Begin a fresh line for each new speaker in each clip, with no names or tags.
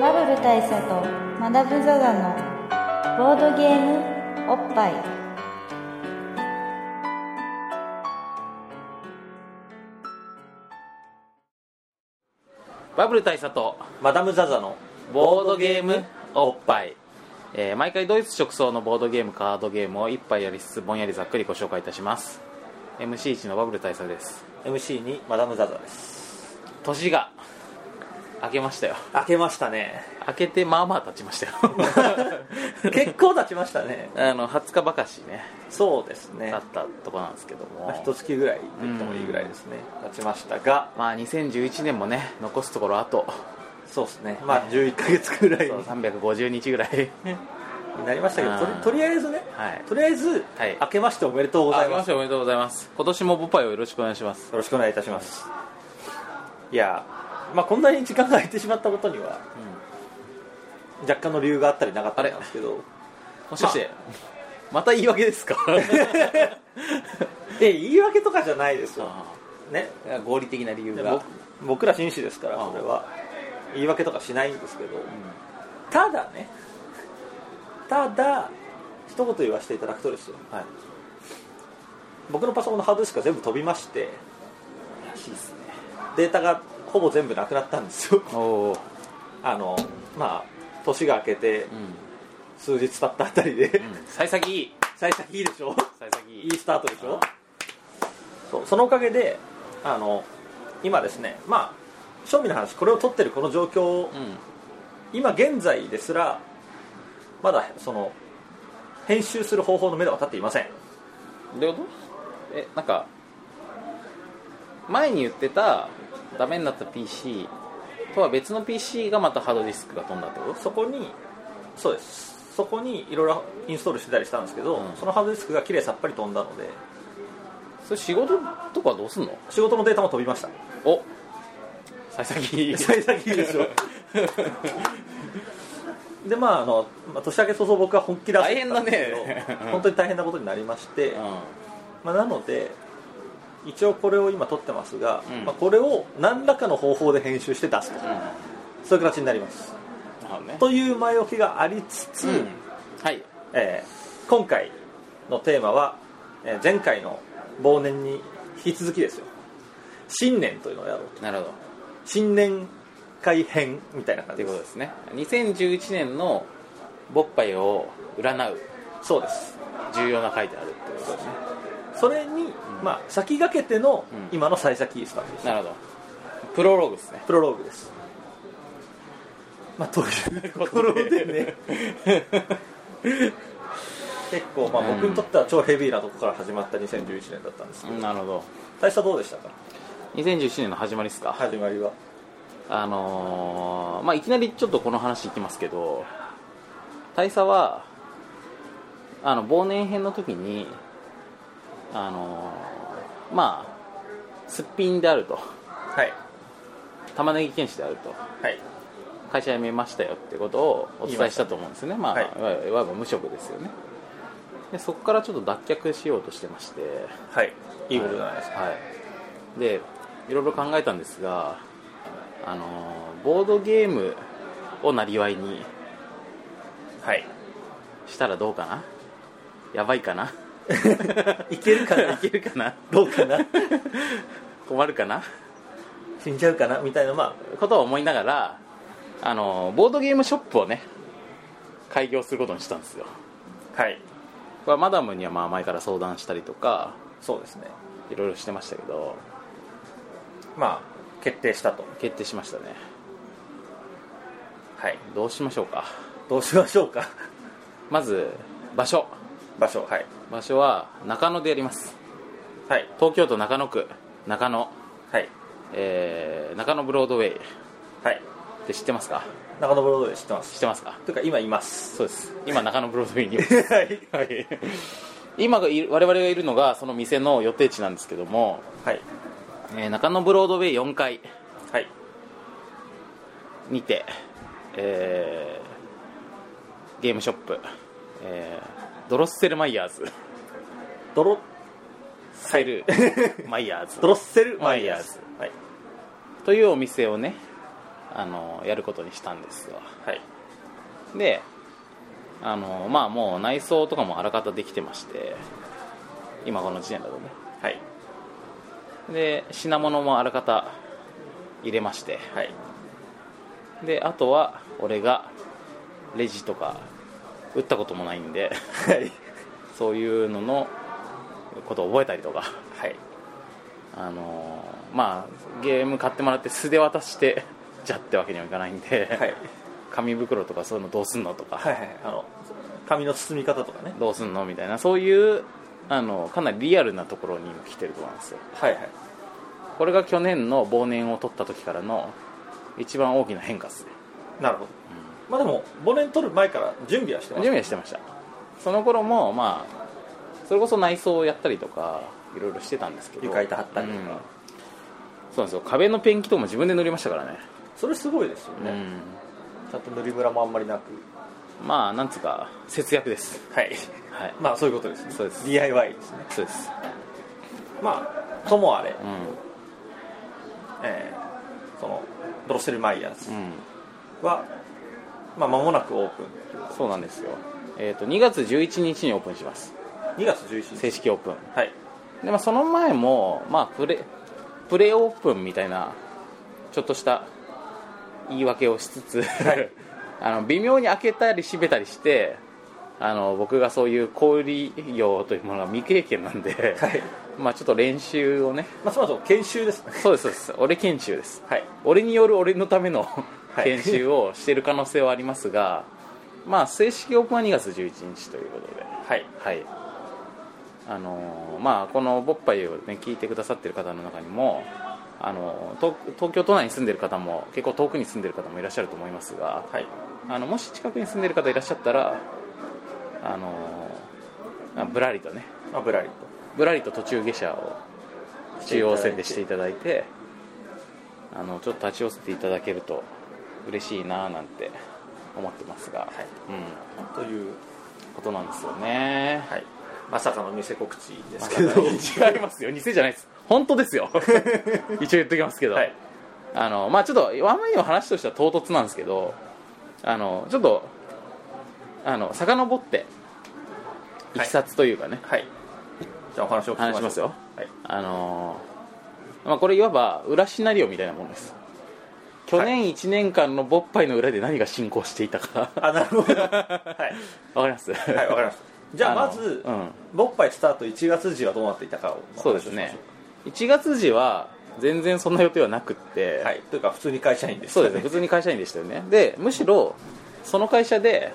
大佐とマダブザザのボードゲームおっぱい
バブル大佐と
マダム・ザ・ザの
ボードゲームおっぱい、えー毎回ドイツ直送のボードゲームカードゲームを一杯やりつつぼんやりざっくりご紹介いたします MC1 のバブル大佐です
MC にマダム・ザ・ザです
年が明けましたよ
開けました ね
明けてまあまあ経ちましたよ
結構経ちましたね
あの20日ばかしね
そうですね
経ったとこなんですけども
まあ一月ぐらいと言ってもいいぐらいですね経ちましたが
まあ2011年もね残すところあと
そうですねまあ11ヶ月ぐらい
そう350日ぐらい
になりましたけどとり
うん
とりあえずね
はい
とりあえず
はい
明けましておめでとうござい
あ明
ます
けしておめでとうございます今年もボパイをよろしくお願いします
よろしくお願いいたしますいやまあこんなに時間が空いてしまったことには若干の理由があったりなかったりなんですけど
もしかして、また言い訳 ですか
え言い訳とかじゃないですよね
合理的な理由
で僕僕ら紳士ですから
ああ
それは言い訳とかしないんですけど、ただねただ一言言わせていただくとですよ
はい
僕のパソコンのハードディスクが全部飛びまして
らしいですね
データがほぼ全部なくなったんですよ
おお、
あのまあ年が明けて
うん
数日経ったあたりで、
幸先いい
最初いいでしょ
幸先い
いいスタートでしょそうそのおかげであの今ですねまあ正味の話これを取ってるこの状況を
うん
今現在ですらまだその編集する方法の目処は立っていません
どういうことえなんか前に言ってたダメになった PC とは別の PC がまたハードディスクが飛んだってこと
そこにそうですそこにいろいろインストールしてたりしたんですけど、
うん
そのハードディスクがきれいさっぱり飛んだので
それ仕事とかどうすんの
仕事のデータも飛びました
お 幸先いい
幸先いいでしょでまああの、まあ、年明け早々僕は本気で焦ったんですけど
大変だねうん
本当に大変なことになりまして、
うん
まあ、なので一応これを今撮ってますが、
うん
まあ、これを何らかの方法で編集して出すと、
な
そういう形になります
るほどね
という前置きがありつつ、
うんはい
えー今回のテーマは、えー前回の忘年に引き続きですよ新年というのをやろうと
なるほど
新年会編みたいな感
と
じ
いう
で
こ
す
とですね2011年の勃発を占う
そうです
重要な回であるってことですね
それに、まあ、先駆けての
うん
今の幸先いいスタートです、
なるほどプロローグですね
プロローグですまあというところでね結構、まあ、僕にとっては超ヘビーなとこから始まった2011年だったんですけど、
なるほど
大したどうでしたか
2011年の始まりですか、
始まりは
あのーまあいきなりちょっとこの話いきますけど大佐はあの忘年編の時にあのーまあすっぴんであると
はい
玉ねぎ剣士であると
はい
会社辞めましたよってことをお伝えしたと思うんですよねまあ、
はい
いわゆるいわば無職ですよねでそこからちょっと脱却しようとしてまして
はいいいことじゃないですか、
はい、でいろいろ考えたんですがあのボードゲームをなりわいに
はい
したらどうかなやばいかな
いけるか ない
けるかな
どうかな
困るかな
死んじゃうかなみたいなま
ことを思いながらあのボードゲームショップをね開業することにしたんですよ
あはい
これはマダムにはまあ前から相談したりとか
そうですね
いろいろしてましたけど
まあ決定したと
決定しましたね
はい
どうしましょうか
どうしましょうか
まず場所
場所はい
場所は中野でやります
はい
東京都中野区中野、
はい
えー中野ブロードウェイっ
はい
て知ってますか
中野ブロードウェイ知ってま
知
す
ってますか
というか今います
そうです今中野ブロードウェイにい ます
はい
はい今がいる我々がいるのがその店の予定地なんですけども、
はい
えー中野ブロードウェイ4階
はい
にて、えーゲームショップ、えードロッセルマイヤーズ
ドロ
セル、マイヤーズ
ドロッセルマイヤーズはい
というお店をねあのやることにしたんですよ
はい
であのまあもう内装とかもあらかたできてまして今この時点だとね
はい
で品物もあらかた入れまして
はい
であとは俺がレジとか打ったこともないんで
はい
そういうののことを覚えたりとか
はい
あのまあゲーム買ってもらって素で渡してじゃってわけにはいかないんで、
はい
紙袋とかそういうのどうすんのとか、
はいはいあの紙の包み方とかね
どうすんのみたいなそういうあのかなりリアルなところに今来てると思うんですよ
はいはい
これが去年の忘年を取った時からの一番大きな変化ですね
なるほど、まあでも忘年取る前から準備はしてま
準備
す
はしてましたその頃もまあそれこそ内装をやったりとかいろいろしてたんですけど
床板張ったりと
うん
か、
そうなんですよ壁のペンキとかも自分で塗りましたからね
それすごいですよね、ちゃんと塗りムラもあんまりなく
うんまあなんつうか節約です
はい
はい
まあそういうことですね
そうです
DIY ですね
そうです
まあともあれ、
う
えーそのドロッセルマイヤーズ
ん、うん、
は、まあ、間もなくオープン
そうなんですよえっ、と2月11日にオープンします
2月11日
正式オープン
はい
で、まあ、その前も、まあ、プレプレオープンみたいなちょっとした言い訳をしつつ あの微妙に開けたり閉めたりしてあの僕がそういう小売業というものが未経験なんで、
はい、
まあちょっと練習をね
まあ、そもそも研修ですね
そうですそうです俺研修です
はい
俺による俺のための
はい
研修をしてる可能性はありますが、まあ正式オープンは2月11日ということで
はい
はいあのーまあこの「ボッパイ」をね聞いてくださってる方の中にもあのー東東京都内に住んでる方も結構遠くに住んでる方もいらっしゃると思いますが
はい
あのもし近くに住んでる方いらっしゃったらあのーあぶらりとね
まあぶらりと
ぶらりと途中下車を中央線でしていただいてあのちょっと立ち寄っていただけると嬉しいなぁなんて思ってますが、
はい
うん
という、
ことなんですよね、
はい、まさかの店告知で
ますさ
けど
かの違いますよ偽じゃないです本当 ですよ一応言っときますけど、
はい
あのまあちょっとあまりの話としては唐突なんですけどあのちょっとあの遡っていきさつというかね、
はいじゃあお話を聞きましょう
話しますよ
はい
あのーまあ、これいわば裏シナリオみたいなものです去年1年間の勃発の裏で何が進行していたか
あなるほどはい
わかります
はい、わかりました。 じゃあ、
あの
まず、
うん
ボッパイスタート1月時はどうなっていたかを。
そうですね。1月時は全然そんな予定はなくって、
はい、というか、普通に会社員です、
そうですね普通に会社員でしたよねでむしろその会社で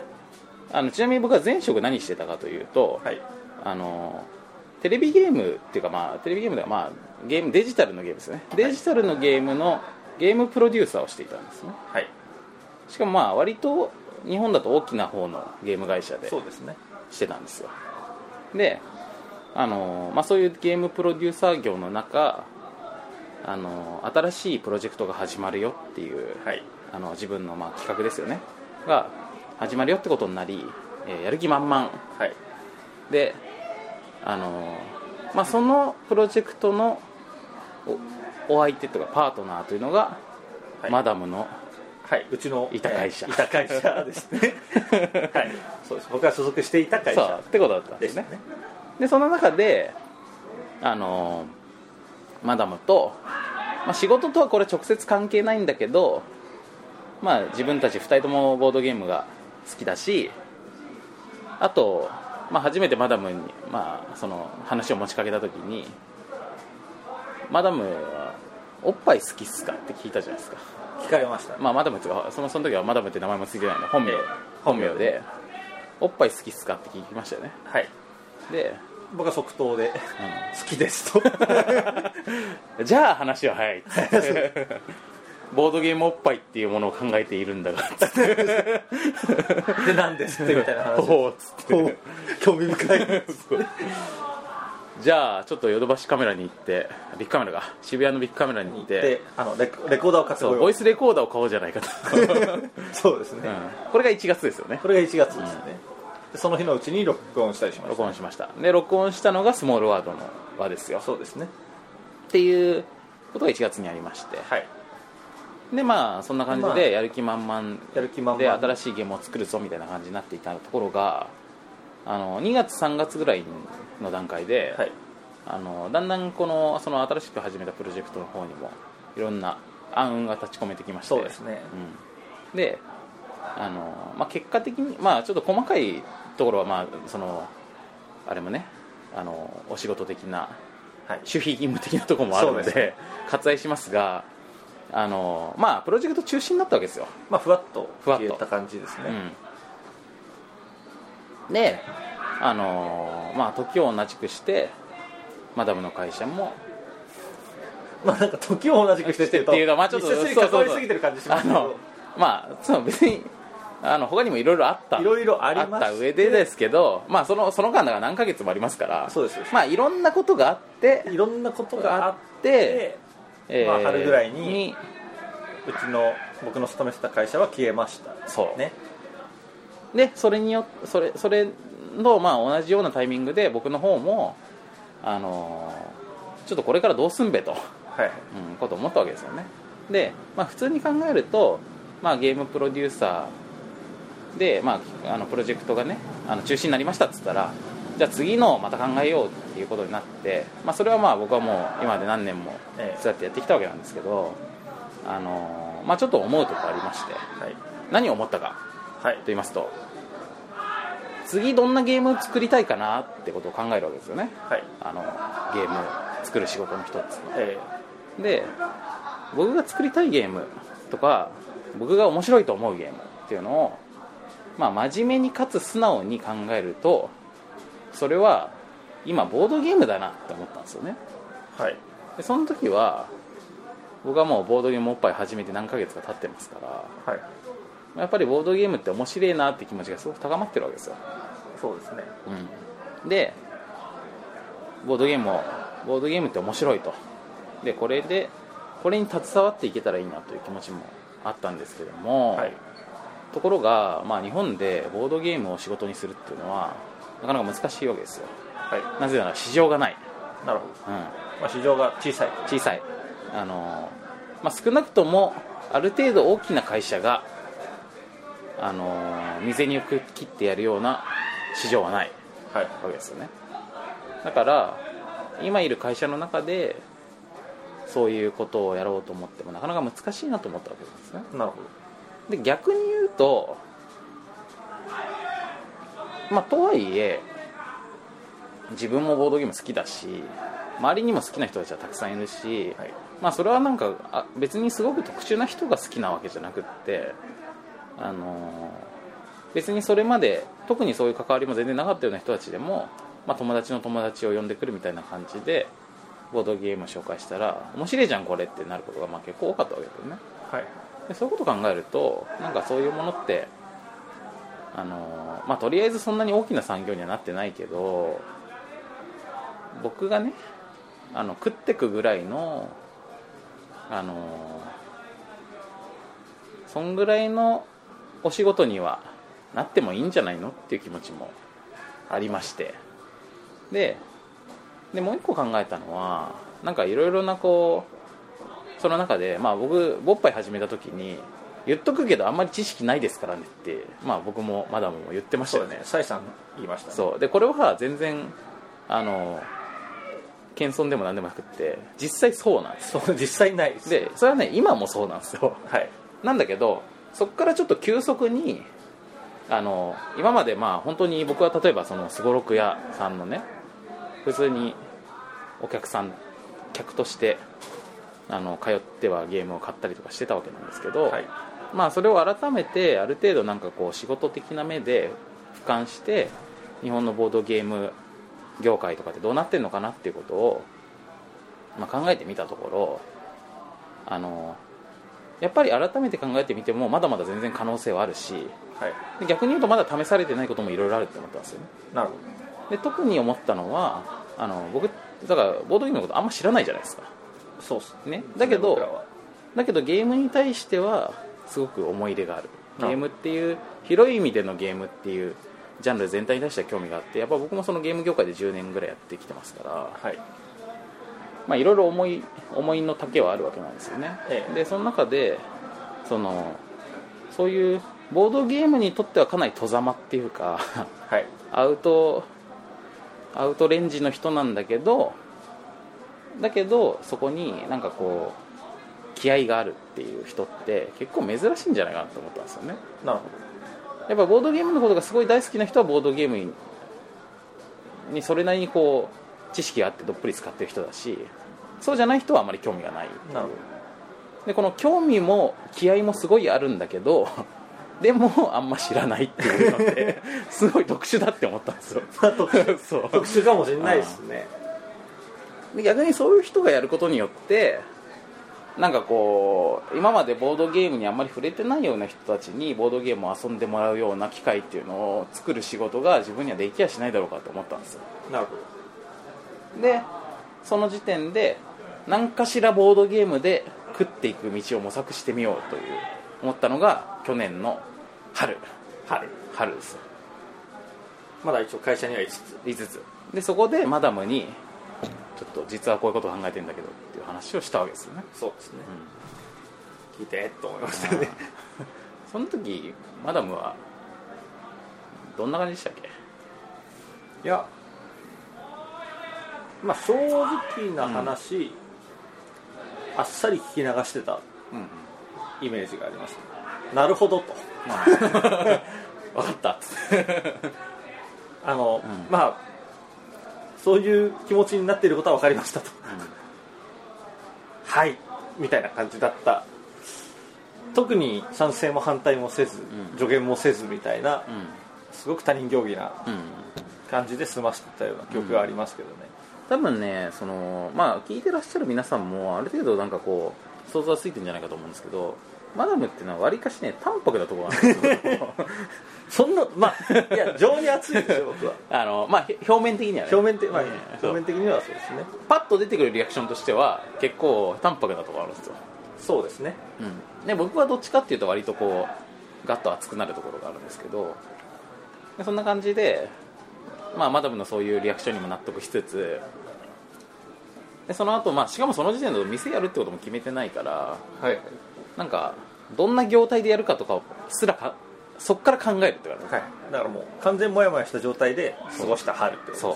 あのちなみに僕は前職何してたかというと、
はい、
あのテレビゲームっていうかまあテレビゲームではまあゲームデジタルのゲームですねデジタルのゲームのゲームプロデューサーをしていたんですね
はい、
しかもまあ割と日本だと大きな方のゲーム会社で
そうですね。
してたんですよであの、まあ、そういうゲームプロデューサー業の中あの新しいプロジェクトが始まるよっていう、
はい、
あの自分のまあ企画ですよねが始まるよってことになり、えーやる気満々
はい、
であの、まあ、そのプロジェクトのおお相手とかパートナーというのが、
はい
マダムの
はい、うちの。
いた会社
えーいた会社です ね。はい、そうです。僕が所属していた会
そう
社
ってことだったんで
ですすね
ね。でその中であのーマダムと、まあ、仕事とはこれ直接関係ないんだけど、まあ、自分たち2人ともボードゲームが好きだしあと、まあ、初めてマダムに、まあ、その話を持ちかけた時に「マダムはおっぱい好きっすか?」って聞いたじゃないですか、
聞かれました。
まあ、マダムっていうかそのその時はマダムって名前もついてないんで本名
ええ
本名で「おっぱい好きっすか?」って聞きましたよね
はい、
で
僕は即答で、
う
好きですと。
じゃあ話は早いっつって ボードゲームおっぱいっていうものを考えているんだがっつって
で、なんですってみたいな話を。
おおっつって
こう興味深いです。
じゃあちょっとヨドバシカメラに行ってビッグカメラが渋谷のビッグカメラに行って
で、あの、レコレコーダーを買ってこ
そう
よ
ボイスレコーダーを買おうじゃないかと、
そうですね。
うん これが1月ですよね
これが1月ですね、でその日のうちに録音したりしました
録音しましたで録音したのがスモールワードの輪ですよ
そうですね
っていうことが1月にありまして
はい
でまあそんな感じ
まあ
でやる気満々
やる気満々
で新しいゲームを作るぞみたいな感じになっていたところがあの2月3月ぐらいの段階で、
はい
あのだんだんこのその新しく始めたプロジェクトの方にもいろんな暗雲が立ち込めてきまして
そうですね
うんであの、まあ、結果的に、まあ、ちょっと細かいところは、まあ、そのあれもねあのお仕事的な
はい
守秘義務的なところもあるので
そうで
割愛しますがあの、まあ、プロジェクト中止になったわけですよ、
まあふわっと
ふわっと
消えた感じですね、
うん、であの、まあ、時を同じくしてマダムの会社も
まあなんか時を同じくしてっていうと
っていうのはまあちょっと
密接に
そうそう
関
そう
わりすぎてる感じしま
あ
すけ
の
ど
まあその別にあの他にもいろいろあった
いろいろありまして
った上でですけど、まあ、そのその間だから何ヶ月もありますから
そうですそうです
まあ、いろんなことがあって
いろんなことがあっ
で
てまあ春ぐらいにうちの僕の勤めてた会社は消えました
そう
ね
でそれによそれそれのまあ同じようなタイミングで僕の方もあのーちょっとこれからどうすんべと、
はいはい
うん、こと思ったわけですよねで、まあ、普通に考えると、まあ、ゲームプロデューサーで、まあ、あのプロジェクトがねあの中止になりましたっつったらじゃあ次のまた考えようっていうことになって、まあ、それはまあ僕はもう今まで何年も
ええ
そうやってやってきたわけなんですけど、あのーまあ、ちょっと思うとこありまして
はい
何を思ったか
はい
と言いますと次どんなゲームを作りたいかなってことを考えるわけですよね
はい
あのゲームを作る仕事の一つ
え
ので僕が作りたいゲームとか僕が面白いと思うゲームっていうのを、まあ、真面目にかつ素直に考えるとそれは今ボードゲームだなって思ったんですよね
えはい
でその時は僕はもうボードゲームおっぱい始めて何ヶ月か経ってますから
はい
やっぱりボードゲームって面白いなって気持ちがすごく高まってるわけですよ
そうですね
うん、でボードゲームをボードゲームって面白いとでこれでこれに携わっていけたらいいなという気持ちもあったんですけども、
はい
ところが、まあ、日本でボードゲームを仕事にするっていうのはなかなか難しいわけですよ
は
なぜなら市場がない、
いなるほど
うん、
まあ市場が小さい
小さいあの、まあ、少なくともある程度大きな会社があの未然に受け切ってやるような市場はない
はい
わけですよねだから今いる会社の中でそういうことをやろうと思ってもなかなか難しいなと思ったわけですね
なるほ
で逆に言うとまあとはいえ自分もボードゲーム好きだし周りにも好きな人たちはたくさんいるし、
どはい
まあそれはなんかあ別にすごく特殊な人が好きなわけじゃなくってあのー別にそれまで特にそういう関わりも全然なかったような人たちでも、まあ、友達の友達を呼んでくるみたいな感じでボードゲームを紹介したら面白いじゃんこれってなることがまあ結構多かったわけですよね
はい
でそういうことを考えるとなんかそういうものってあのーまあとりあえずそんなに大きな産業にはなってないけど僕がねあの食ってくぐらいのあのーそんぐらいのお仕事にはなってもいいんじゃないのっていう気持ちもありましてででもう一個考えたのはなんかいろいろなこうその中でまあ僕ボッパイ始めた時に言っとくけどあんまり知識ないですからねってまあ僕もマダムも言ってました
そ
よ
うで
ね
すねサイさん言いましたね
そうでこれは全然あの謙遜でも何でもなくって実際そうなんです
そう実際ないです
でそれはね今もそうなんですよ
はい
なんだけどそこからちょっと急速にあの今までまあ本当に僕は例えばそのすごろく屋さんのね普通にお客さん客としてあの通ってはゲームを買ったりとかしてたわけなんですけど、
はい
まあ、それを改めてある程度なんかこう仕事的な目で俯瞰して日本のボードゲーム業界とかってどうなってんのかなっていうことを、まあ、考えてみたところあのやっぱり改めて考えてみてもまだまだ全然可能性はあるし
はい
で逆に言うとまだ試されてないこともいろいろあるって思ったんですよね
なるほ
で特に思ったのはあの僕だからボードゲームのことあんま知らないじゃないですか
どそうっす
ねだけど
僕らは
だけどゲームに対してはすごく思い入れがある
あ
ゲームっていう広い意味でのゲームっていうジャンル全体に対しては興味があってやっぱ僕もそのゲーム業界で10年ぐらいやってきてますから
はい
まあ、いろいろ思い思いの丈はあるわけなんですよね、
ええ
でその中でそのそういうボードゲームにとってはかなり戸ざまっていうか
はい
アウトアウトレンジの人なんだけどだけどそこになんかこう気合があるっていう人って結構珍しいんじゃないかなと思ったんですよね
なるほ
やっぱボードゲームのことがすごい大好きな人はボードゲームににそれなりにこう知識があってどっぷり使ってる人だしそうじゃない人はあまり興味がない
どなる
でこの興味も気合もすごいあるんだけど でもあんま知らないっていうのってすごい特殊だって思ったんですよ
ほど特 殊
そう
特殊かもしれないですね
で逆にそういう人がやることによってなんかこう今までボードゲームにあんまり触れてないような人たちにボードゲームを遊んでもらうような機会っていうのを作る仕事が自分にはできやしないだろうかと思ったんですよ
なるほど
でその時点で何かしらボードゲームで食っていく道を模索してみようという思ったのが去年の春
春
春です
まだ一応会社には5つ
5つでそこでマダムにちょっと実はこういうこと考えてんだけどっていう話をしたわけですよね
そうですね、聞いてと思いましたね
その時マダムはどんな感じでしたっけ
いやまあ正直な話、あっさり聞き流してた
うん、
イメージがありますなるほどと
まあ、 分かったっつって
あの、
うん
まあそういう気持ちになっていることは分かりましたと、はいみたいな感じだった特に賛成も反対もせず、
ん
助言もせずみたいな、
う、
すごく他人行儀なん
うん、
感じで済ましてたような記憶がありますけどね、
多分ねそのまあ聞いてらっしゃる皆さんもある程度なんかこう想像はついてんじゃないかと思うんですけどマダムっていうのはわりかしね淡白なところなんですよ
そんなまあいや情に熱いですよ僕 は
あのまあひ表面的にはね
表面的、まあ
うん
表面的にはそうですね
パッと出てくるリアクションとしては結構淡白なところあるんですよ
そうですね
うん、で僕はどっちかっていうと割とこうガッと熱くなるところがあるんですけどでそんな感じで、まあ、マダムのそういうリアクションにも納得しつつでその後、まあしかもその時点で店やるってことも決めてないから
はい
なんかどんな業態でやるかとかすらかそっから考えるって言われた
はい、だからもう完全モヤモヤした状態で過ごした春ってことですね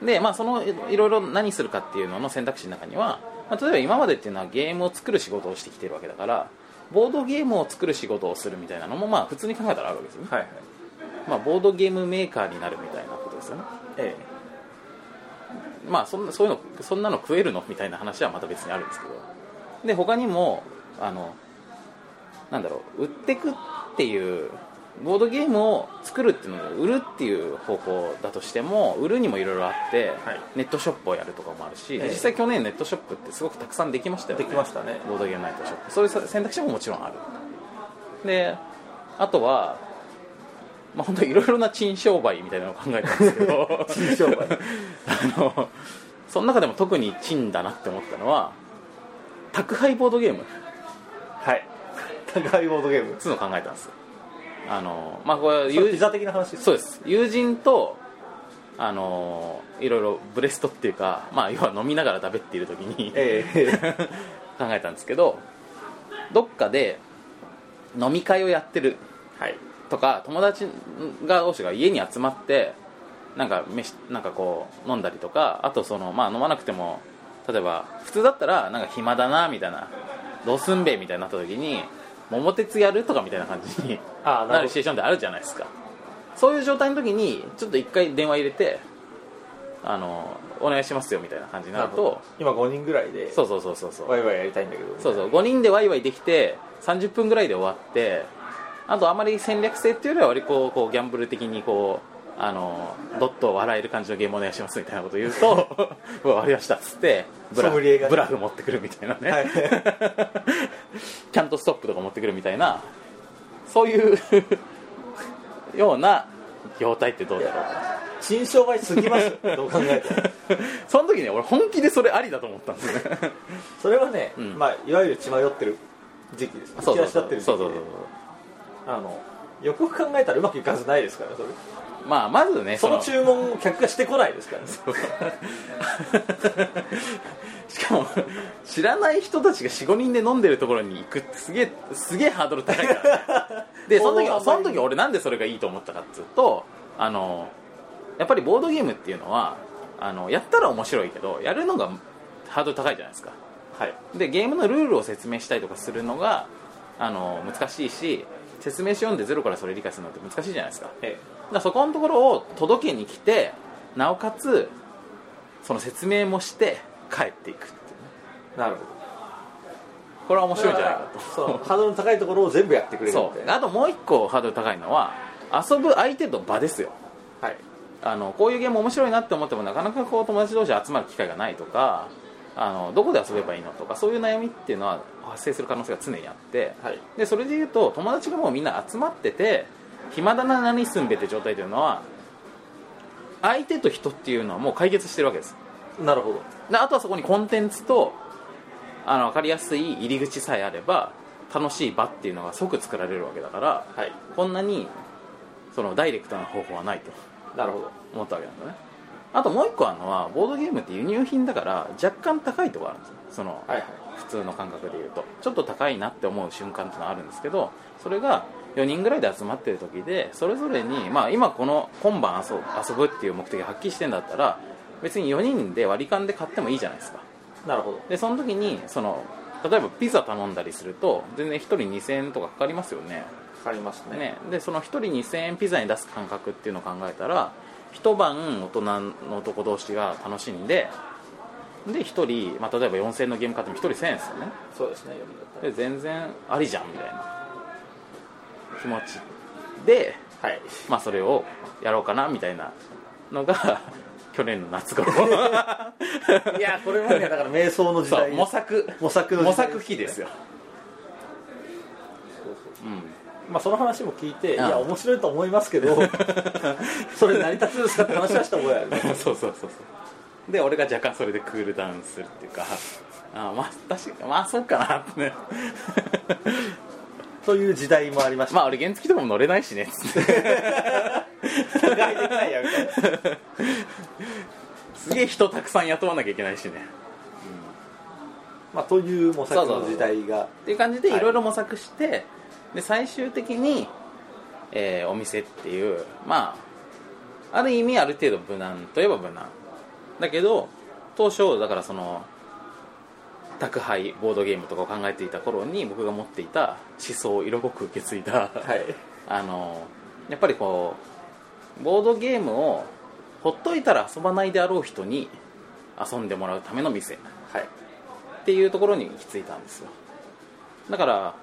そうでまあそのいろいろ何するかっていうのの選択肢の中には、まあ、例えば今までっていうのはゲームを作る仕事をしてきてるわけだからボードゲームを作る仕事をするみたいなのもまあ普通に考えたらあるわけですよね、
はいはい
まあ、ボードゲームメーカーになるみたいなことですよね
え
まあそんなそういうのそんなの食えるのみたいな話はまた別にあるんですけどで他にもあのなんだろう売ってくっていうボードゲームを作るっていうので売るっていう方向だとしても売るにもいろいろあって、
はい
ネットショップをやるとかもあるし、
ええ
実際去年ネットショップってすごくたくさんできました
え
よね
できましたね
ボードゲームナイトショップそういう選択肢ももちろんあるであとはまあ本当いろいろな珍商売みたいなのを考えたんですけど
珍商売
あのその中でも特に珍だなって思ったのは宅配ボードゲームっ
はい高いボードゲーム
つうのを考えたんですよあのまあこれは
それ
友
ピザ的な話です
そうです友人とあのいろいろブレストっていうか、まあ、要は飲みながら食べっている時に、
ええ
考えたんですけどどっかで飲み会をやってる
はい
とか友達が同士が家に集まってなんか飯なんかこう飲んだりとかあとその、まあ、飲まなくても例えば普通だったらなんか暇だなみたいなどうすんべみたいになった時に桃鉄やるとかみたいな感じに
ああ
な
な
る
る
シチュエ
ほ
ーションってあるじゃないですかそういう状態の時にちょっと一回電話入れてあのお願いしますよみたいな感じに
ど
なると
今5人ぐらいで
そうそうそうそうそう
ワイワイやりたいんだけど
そうそう5人でワイワイできて30分ぐらいで終わってあとあまり戦略性っていうよりは割りこうこうギャンブル的にこうあのドットを笑える感じのゲームお願いしますみたいなこと言 うとうわ「わかりました」っつってブラ
ソムリエがね
ブラフ持ってくるみたいなね、
はい
キャントストップとか持ってくるみたいなそういう ような業態ってどうだろ う
新商売すぎますよどう考えても
その時ね俺本気でそれありだと思ったんですね
それはね、
ん
まあ、いわゆる血迷ってる時期です
そう
血
そう
足
そう
立ってる時期で
そうそうそう
あのよくよく考えたらうまくいかずないですからそれ
まあまずね
その注文を客がしてこないですからね
しかも知らない人たちが45人で飲んでるところに行くってすげえすげえハードル高いから、ね、 でその
おーあ
時
んまり
その時俺なんでそれがいいと思ったかっつうとあのやっぱりボードゲームっていうのはあのやったら面白いけどやるのがハードル高いじゃないですか
はい
でゲームのルールを説明したりとかするのがあの難しいし説明書読んでゼロからそれ理解するのって難しいじゃないですか
え
だからそこのところを届けに来てなおかつその説明もして帰っていくっていうね
えなるほど
これは面白いんじゃないか
そうハードルの高いところを全部やってくれ
と
るん
そ
で
うあともう一個ハードル高いのは遊ぶ相手と場ですよ
はい
あのこういうゲーム面白いなって思ってもなかなかこう友達同士集まる機会がないとかあのどこで遊べばいいのとかそういう悩みっていうのは発生する可能性が常にあって、
はい
でそれでいうと友達がもうみんな集まってて暇だな何すんべって状態というのは相手と人っていうのはもう解決してるわけです
なるほど
であとはそこにコンテンツとあの分かりやすい入り口さえあれば楽しい場っていうのが即作られるわけだから
はい
こんなにそのダイレクトな方法はないと
なるほど
思ったわけなんだねあともう一個あるのはボードゲームって輸入品だから若干高いとこあるんですよその、
はいはい
普通の感覚で言うとちょっと高いなって思う瞬間ってのはあるんですけどそれが4人ぐらいで集まってる時でそれぞれに、まあ、今この今晩遊ぶ遊ぶっていう目的を発揮してんだったら別に4人で割り勘で買ってもいいじゃないですか
なるほど
でその時にその例えばピザ頼んだりすると全然1人2000円とかかかりますよね
かかりますね
ね、でその1人2000円ピザに出す感覚っていうのを考えたら一晩大人の男同士が楽しんでで1人、まあ、例えば4000円のゲーム買っても1人1000円ですよね
そうですね読みだったら
で全然ありじゃんみたいな気持ちで、
はい
まあ、それをやろうかなみたいなのが 去年の夏頃
いやこれはねだから瞑想の時
そ
代
う
です
模索
模索の
模
時代
索期ですよ、
そうそうそう
うん、
まあその話も聞いてい
ああ
や面白いと思いますけ どそれ成り立つんですかって話はした覚えある
そうそうそうそうで俺が若干それでクールダウンするっていうかあまあ確かまあそうかなってね
という時代もありました
まあ俺原付とかも乗れないしねっつって
理解できないやみたいな
すげえ人たくさん雇わなきゃいけないしね
まあという模索の時代が
っていう感じで
はい
いろいろ模索して、で最終的に、えーお店っていうまあある意味ある程度無難といえば無難だけど当初だからその宅配ボードゲームとかを考えていた頃に僕が持っていた思想を色濃く受け継いだ、
はい
あのやっぱりこうボードゲームをほっといたら遊ばないであろう人に遊んでもらうための店
はい
っていうところに行き着いたんですよだから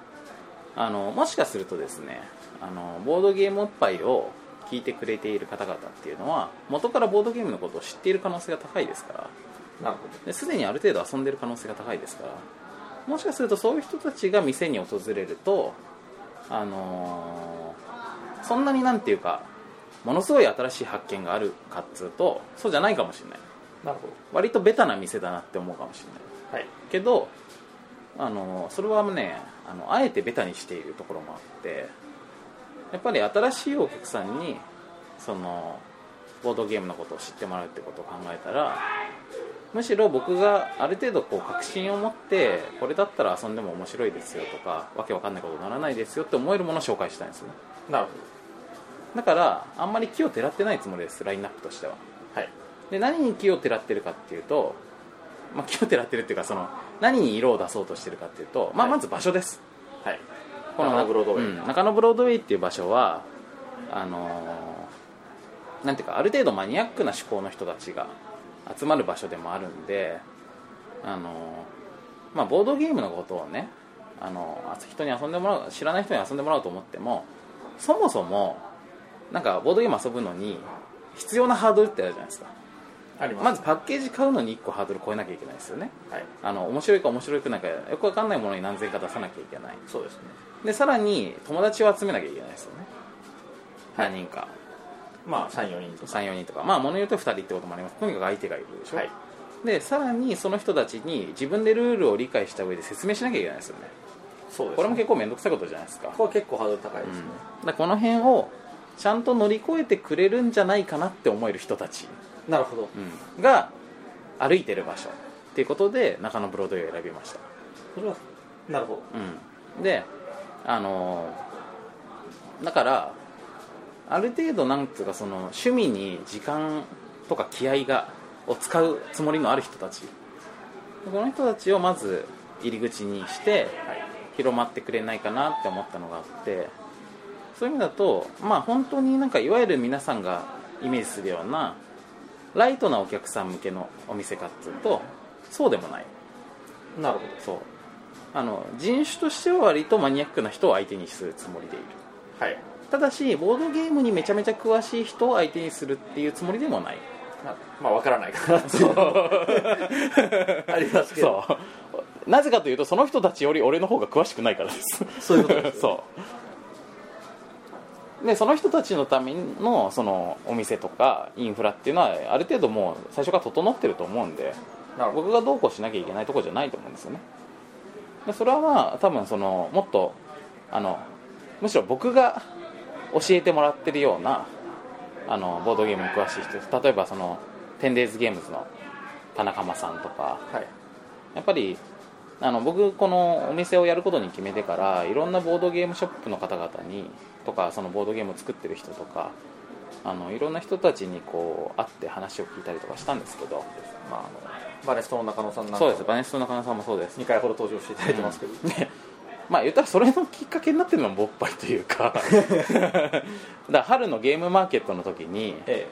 あのもしかするとですねあのボードゲームおっぱいを聞いてくれている方々っていうのは元からボードゲームのことを知っている可能性が高いですから
なるほ
ですでにある程度遊んでる可能性が高いですからもしかするとそういう人たちが店に訪れるとあのーそんなになんていうかものすごい新しい発見があるかっつうとそうじゃないかもしれない
どなるほ
割とベタな店だなって思うかもしれない
どはい
けどあのそれはねあのあえてベタにしているところもあってやっぱり新しいお客さんにそのボードゲームのことを知ってもらうってことを考えたらむしろ僕がある程度こう確信を持ってこれだったら遊んでも面白いですよとかわけわかんないことにならないですよって思えるものを紹介したいんですね
なるほ
だからあんまり木をてらってないつもりですラインナップとしては
どはい
で何に気をてらってるかっていうと、まあ、気をてらってるっていうかその何に色を出そうとしてるかっていうと、まあ、
はい
まず場所です、
はい
この
中野ブロードウェイ
うん中野ブロードウェイっていう場所はあのーなんていうかある程度マニアックな思考の人たちが集まる場所でもあるんで、あのーまあ、ボードゲームのことをね、あのー人に遊んでもらう知らない人に遊んでもらおうと思ってもそもそもなんかボードゲーム遊ぶのに必要なハードルってあるじゃないですか
あります
まずパッケージ買うのに1個ハードル超えなきゃいけないですよね
はい
あの面白いか面白くないかよくわかんないものに何千か出さなきゃいけない
そうですね
でさらに友達を集めなきゃいけないですよね何人か
まあ34人とか
34人とかまあ物によっては2人ってこともありますとにかく相手がいるでしょ、
はい
でさらにその人たちに自分でルールを理解した上で説明しなきゃいけないですよね
そうですね
これも結構面倒くさいことじゃないですか
ここは結構ハードル高いですね
だからこの辺をちゃんと乗り越えてくれるんじゃないかなって思える人たち
なるほど
が歩いてる場所っていうことで中野ブロードウェイを選びました、
それはなるほど
うん、であのーだからある程度なんつうかその趣味に時間とか気合がを使うつもりのある人たちこの人たちをまず入り口にして広まってくれないかなって思ったのがあってそういう意味だとまあ本当になんかいわゆる皆さんがイメージするようなライトなお客さん向けのお店かっつうとそうでもない
なるほ
そうあの人種としては割とマニアックな人を相手にするつもりでいる
どはい
ただしボードゲームにめちゃめちゃ詳しい人を相手にするっていうつもりでもない
まあまあわからないかなってい うのはありますけど
そうなぜかというとその人たちより俺の方が詳しくないからです
そういうことですよ
そうでその人たちのためのそのお店とかインフラっていうのはある程度もう最初から整ってると思うんで
なるほど
僕がどうこうしなきゃいけないところじゃないと思うんですよねでそれはまあ多分そのもっとあのむしろ僕が教えてもらってるようなあのボードゲームに詳しい人例えばその 10days ゲームズの田中間さんとか
はい
やっぱりあの僕このお店をやることに決めてからいろんなボードゲームショップの方々にとかそのボードゲームを作ってる人とかあのいろんな人たちにこう会って話を聞いたりとかしたんですけど
まああのバネストの中野さんなんか
そうですバネストの中野さんもそうです
2回ほど登場していただいてますけど、
ねまあ言ったらそれのきっかけになってるのも勃発というか だから春のゲームマーケットの時に
え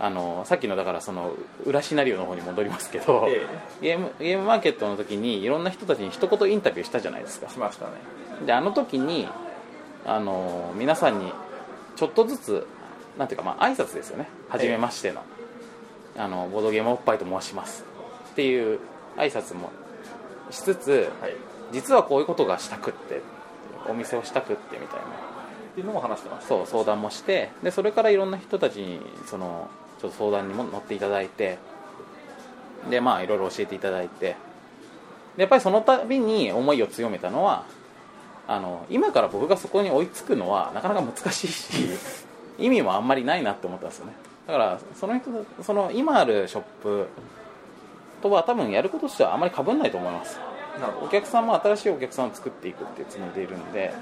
あのさっきのだからその裏シナリオの方に戻りますけど、
え
ゲームゲームマーケットの時にいろんな人たちに一言インタビューしたじゃないですか
えしましたね
であの時にあの皆さんにちょっとずつなんていうかまあ挨拶ですよね初めましての,、あのボードゲームおっぱいと申しますっていう挨拶もしつつ
はいっ
実はこういうことがしたくってお店をしたくってみたいな
ていうのも話してました
そう相談もしてでそれからいろんな人たちにそのちょっと相談にも乗っていただいてでまあいろいろ教えていただいてでやっぱりその度に思いを強めたのはあの今から僕がそこに追いつくのはなかなか難しいし 意味もあんまりないなって思ったんですよねだからその人その今あるショップとは多分やることとしてはあまり被んないと思います
なるほ
お
ど
客さんも新しいお客さんを作っていくっていうつもりでいるんで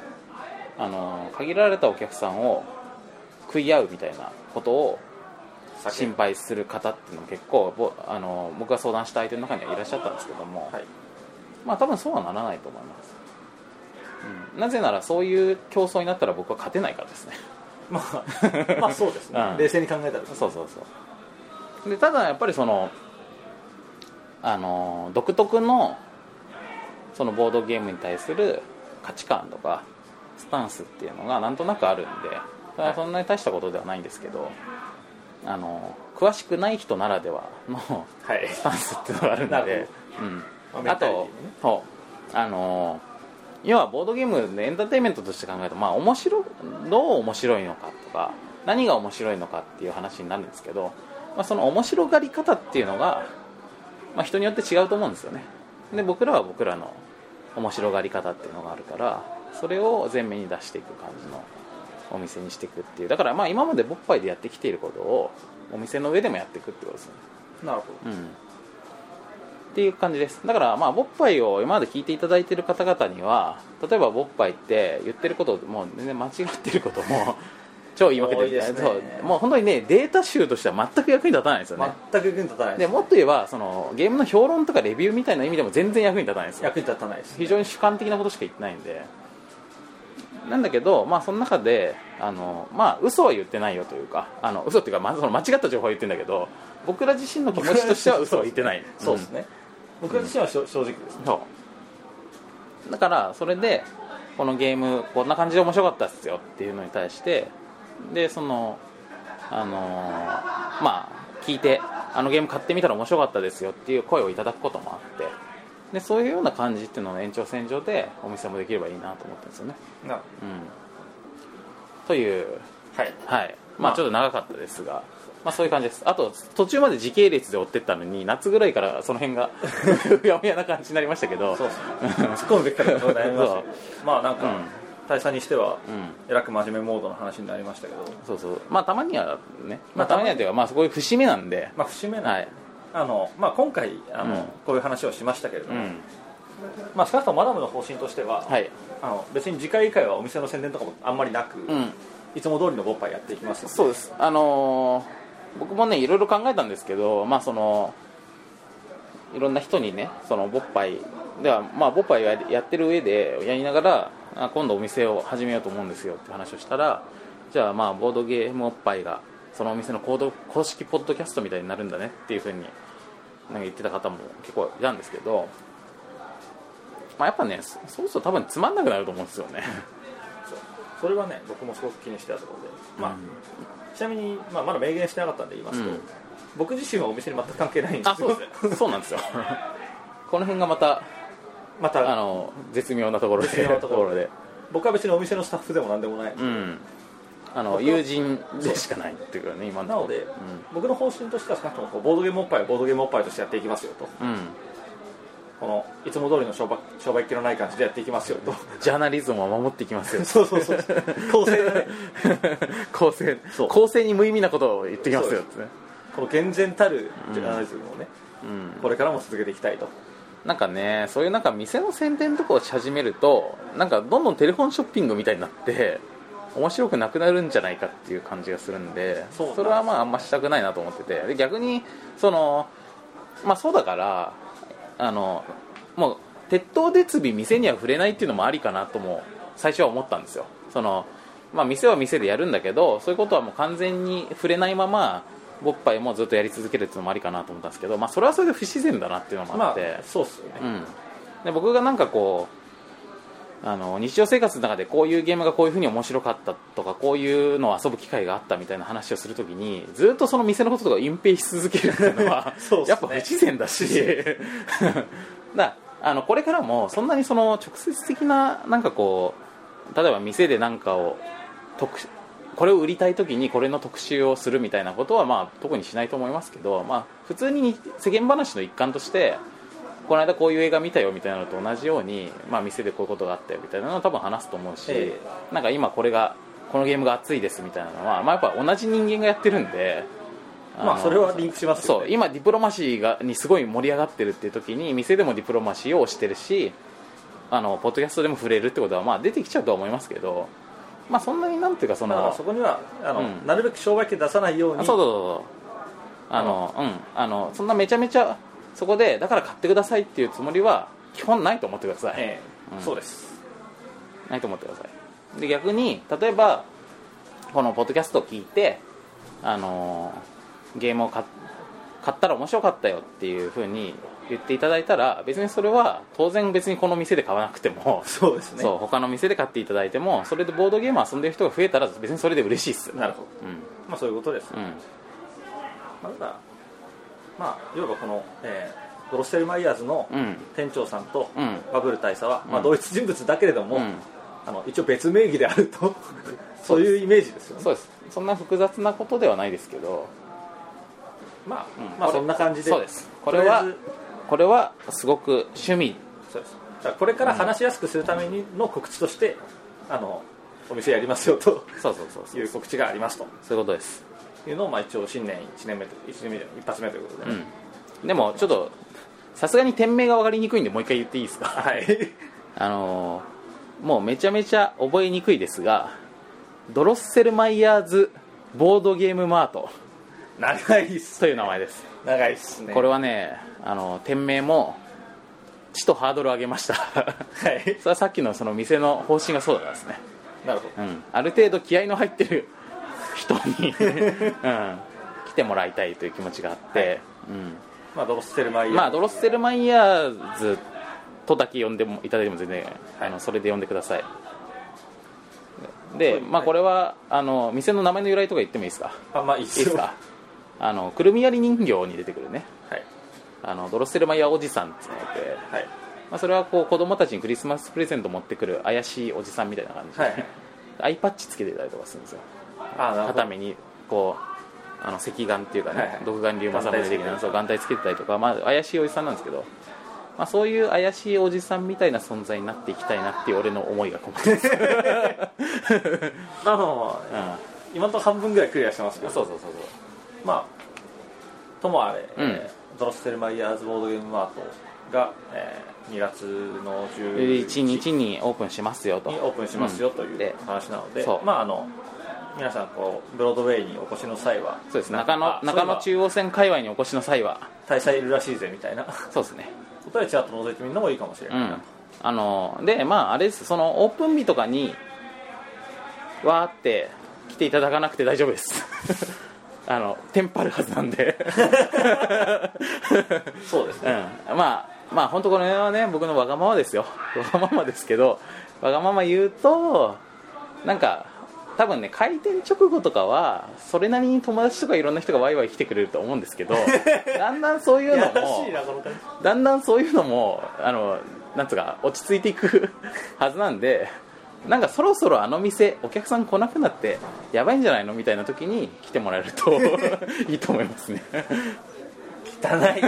あの限られたお客さんを食い合うみたいなことを
避け
心配する方っていうのも結構ぼあの僕が相談した相手の中にはいらっしゃったんですけども、
はい
まあ多分そうはならないと思います、うん、なぜならそういう競争になったら僕は勝てないからですね
まあまあそうですね、
うん
冷静に考えたら
そうそうそうでただやっぱりそのあの独特のそのボードゲームに対する価値観とかスタンスっていうのがなんとなくあるんでそれはそんなに大したことではないんですけどあの詳しくない人ならではの
はい
スタンスっていうのがあるん
なる
で、う
ま
ん、
あ
あと
メンタリティね、
そうあのー要はボードゲームでエンターテインメントとして考えると、まあ、面白いどう面白いのかとか何が面白いのかっていう話になるんですけど、まあ、その面白がり方っていうのが、まあ、人によって違うと思うんですよねで僕らは僕らの面白がり方っていうのがあるからそれを前面に出していく感じのお店にしていくっていうだからまあ今までボッパイでやってきていることをお店の上でもやっていくってことですね
なるほ
うん、っていう感じですだからまあボッパイを今まで聞いていただいている方々には例えばボッパイって言ってることもう全然間違ってること も超言い訳
多いですね
そうもう本当にねデータ集としては全く役に立たないですよね、
ど全く役に立たない
で
です
もっと言えばそのゲームの評論とかレビューみたいな意味でも全然役に立たないですよ
役に立たないです
非常に主観的なことしか言ってないんでなんだけど、まあ、その中であの、まあ、嘘は言ってないよというかあの嘘っていうか、まあ、その間違った情報は言ってんだけど僕ら自身の気持ちとしては嘘は言ってない
そうです、ね、僕自身はしょ正直です
うんそうだからそれでこのゲームこんな感じで面白かったっすよっていうのに対してでそのあのーまあ聞いてあのゲーム買ってみたら面白かったですよっていう声をいただくこともあってでそういうような感じっていうのの延長線上でお店もできればいいなと思ってるんですよね、
な
うん、という
はい
はい
ま
ま
あ
あちょっと長かったですがまあそういう感じですあと途中まで時系列で追ってったのに夏ぐらいからその辺が うやむやな感じになりましたけど
そうですね突っ込むべきかどうか悩みましたけどまあなんか、
うん
大佐にして
う
は、
ん
えらく真面目モードの話になりましたけど、
そうそうまあたまにはね、ま
まあ
あ、たまにはというかまあそこいう節目なんで、
まあ、節目な、
はい
あのまあ、今回あの、
うん
こういう話をしましたけれど
う
も、
ん
まあ、少なくともマダムの方針としては、
はい
あの別に次回以外はお店の宣伝とかもあんまりなく、
うん
いつも通りのボッパイやっていきます
そうですあのー僕もねいろいろ考えたんですけどまあそのいろんな人にねそのボッパイではまあボッパイをややってる上でやりながらあ今度お店を始めようと思うんですよって話をしたらじゃあまあボードゲームおっぱいがそのお店の公道公式ポッドキャストみたいになるんだねっていうふうになんか言ってた方も結構いたんですけど、まあ、やっぱねそそうすると多分つまんなくなると思うんですよね
それはね僕もすごく気にしてたところで、まあ
うん
ちなみに、まあ、まだ明言してなかったんで言いますと、
うん
僕自身はお店に全く関係ないんで
あ
す
そう
よ
です そうなんですよこの辺がまた
また
あの絶妙なところで
絶妙なところ
で
僕は別にお店のスタッフでも何でもない、
うんあの
僕
友人でしかないっていうかね今の
な
と
の
ころ
で、僕の方針としては少なくともこうボードゲームおっぱいはボードゲームおっぱいとしてやっていきますよと
うん、うん、
このいつも通りの商売商売っ気のない感じでやっていきますよと
ジャーナリズムを守っていきますよ
そうそうそう構成でね
構成
そう
構成に無意味なことを言ってきますよってね
この厳然たるジャーナリズムをね、
うん
これからも続けていきたいと
なんかねそういうなんか店の宣伝とかをし始めるとなんかどんどんテレフォンショッピングみたいになって面白くなくなるんじゃないかっていう感じがするんで
そうなんです
れはまああんましたくないなと思っててで逆にそのまあそうだからあのもう鉄塔でつび店には触れないっていうのもありかなとも最初は思ったんですよそのまあ店は店でやるんだけどそういうことはもう完全に触れないままボッパイもずっとやり続けるっていうのもありかなと思ったんですけどまあそれはそれで不自然だなっていうのもあ
ま
って、
あそうっすよね、
うん、で僕がなんかこうあの日常生活の中でこういうゲームがこういうふうに面白かったとかこういうのを遊ぶ機会があったみたいな話をするときにずっとその店のこととかを隠蔽し続けるっていうのは
そうっすね
やっぱ不自然だし だあのこれからもそんなにその直接的ななんかこう例えば店でなんかを特集これを売りたい時にこれの特集をするみたいなことはまあ特にしないと思いますけど、まあ、普通に世間話の一環としてこの間こういう映画見たよみたいなのと同じように、まあ、店でこういうことがあったよみたいなのを多分話すと思うし、
え
なんか今これがこのゲームが熱いですみたいなのは、まあ、やっぱ同じ人間がやってるんで
まあ
の
それはリンクしますよ
そう今ディプロマシーがにすごい盛り上がってるっていう時に店でもディプロマシーを推してるしあのポッドキャストでも触れるってことは、まあ、出てきちゃうとは思いますけど、まあ、そんなになんていうかそ
だから
の
そこにはあの、
うん
なるべく商売系出さないよう
あ
に
そうそうそうそうあのうんあのそんなめちゃめちゃそこでだから買ってくださいっていうつもりは基本ないと思ってください、
ええ
うん
そうです
ないと思ってくださいで逆に例えばこのポッドキャストを聞いてあのーゲームを買っ買ったら面白かったよっていう風に言っていただいたら別にそれは当然別にこの店で買わなくても、
そうですね
そう他の店で買っていただいてもそれでボードゲームを遊んでる人が増えたら別にそれで嬉しいっす
なるほど
うん
まあそういうことです、
うん
まあ、ただまあいわばこの、えードロッセルマイヤーズの
うん
店長さんと、
うん
バブル大佐は、まあ、
うん
同一人物だけれども、
うん
あの一応別名義であるとそういうイメージですよね
そうですそんな複雑なことではないですけど、
まあ、
うん
まあ
これ
そんな感じで
そうですこれは
とりあえ
これはすごく趣味
ずそうですだからこれから話しやすくするためにの告知として、あのお店やりますよと
そうそうそうそ
いうう告知がありますと
そういうことです
いうのを、まあ、一応新年1年目と一年目で一発目ということで、
うん、でもちょっとさすがに店名が分かりにくいんでもう一回言っていいですか
はい
あのーもうめちゃめちゃ覚えにくいですがドロッセルマイヤーズボードゲームマート
長いっす
という名前です、
長いっすね
これはねあの店名もちとハードル上げました
はい
それはさっきのその店の方針がそうだからですね、
なるほど
うん、ある程度気合の入ってる人に、 うん、来てもらいたいという気持ちがあって、うん
まあドロッセルマイヤー、
まあ、ドロッセルマイヤーズとだけ呼んでもいただいても全然、あのそれで呼んでください
は
で、
い
まあ、これはあの店の名前の由来とか言ってもいいですか
あまあいいっ
いいです
は
かあのくるみ割り人形に出てくるね
い
あのドロッセルマイヤーおじさんっていうのがいて、
はい
まあ、それはこう子供たちにクリスマスプレゼント持ってくる怪しいおじさんみたいな感じで、
はい
アイパッチつけてたりとかするんですよ
あなるほ
片
ど
目にこうあの赤眼っていうかね、
はいはい
独眼竜政宗的なそう眼帯つけてたりとか、まあ、怪しいおじさんなんですけどまあ、そういう怪しいおじさんみたいな存在になっていきたいなっていう俺の思いが込めて ます、うん、
まあまあまあ今のところ半分ぐらいクリアしてますけど
そうそうそうそう
まあともあれ、
うん
えードロッセルマイヤーズボードゲームマートが、えー2月の
1
11
日にオープンしますよと
にオープンしますよとい
んで
う話なので、
そう
まああの皆さんこうブロードウェイにお越しの際は
そうです
なん
中
か
野
あ
中
そういえ
野
ば
中央線界隈にお越しの際は
大佐いるらしいぜみたいなこ
そうですね
とでちらっと覗いてみるのもいいかもしれ
う
ないな、
んあのでまああれですそのオープン日とかにわーって来ていただかなくて大丈夫です あのテンパるはずなんで
そうです
うんまあまあ本当この辺はね僕のわがままですよ わがままですけどわがまま言うとなんか多分ね開店直後とかはそれなりに友達とかいろんな人がワイワイ来てくれると思うんです けどだんだんそういう
や
の
ら
も
しいなこの感じ
だんだんそういうのもあのなんつうか落ち着いていく はずなんでなんかそろそろあの店お客さん来なくなってやばいんじゃないのみたいな時に来てもらえると いいと思いますね
汚 い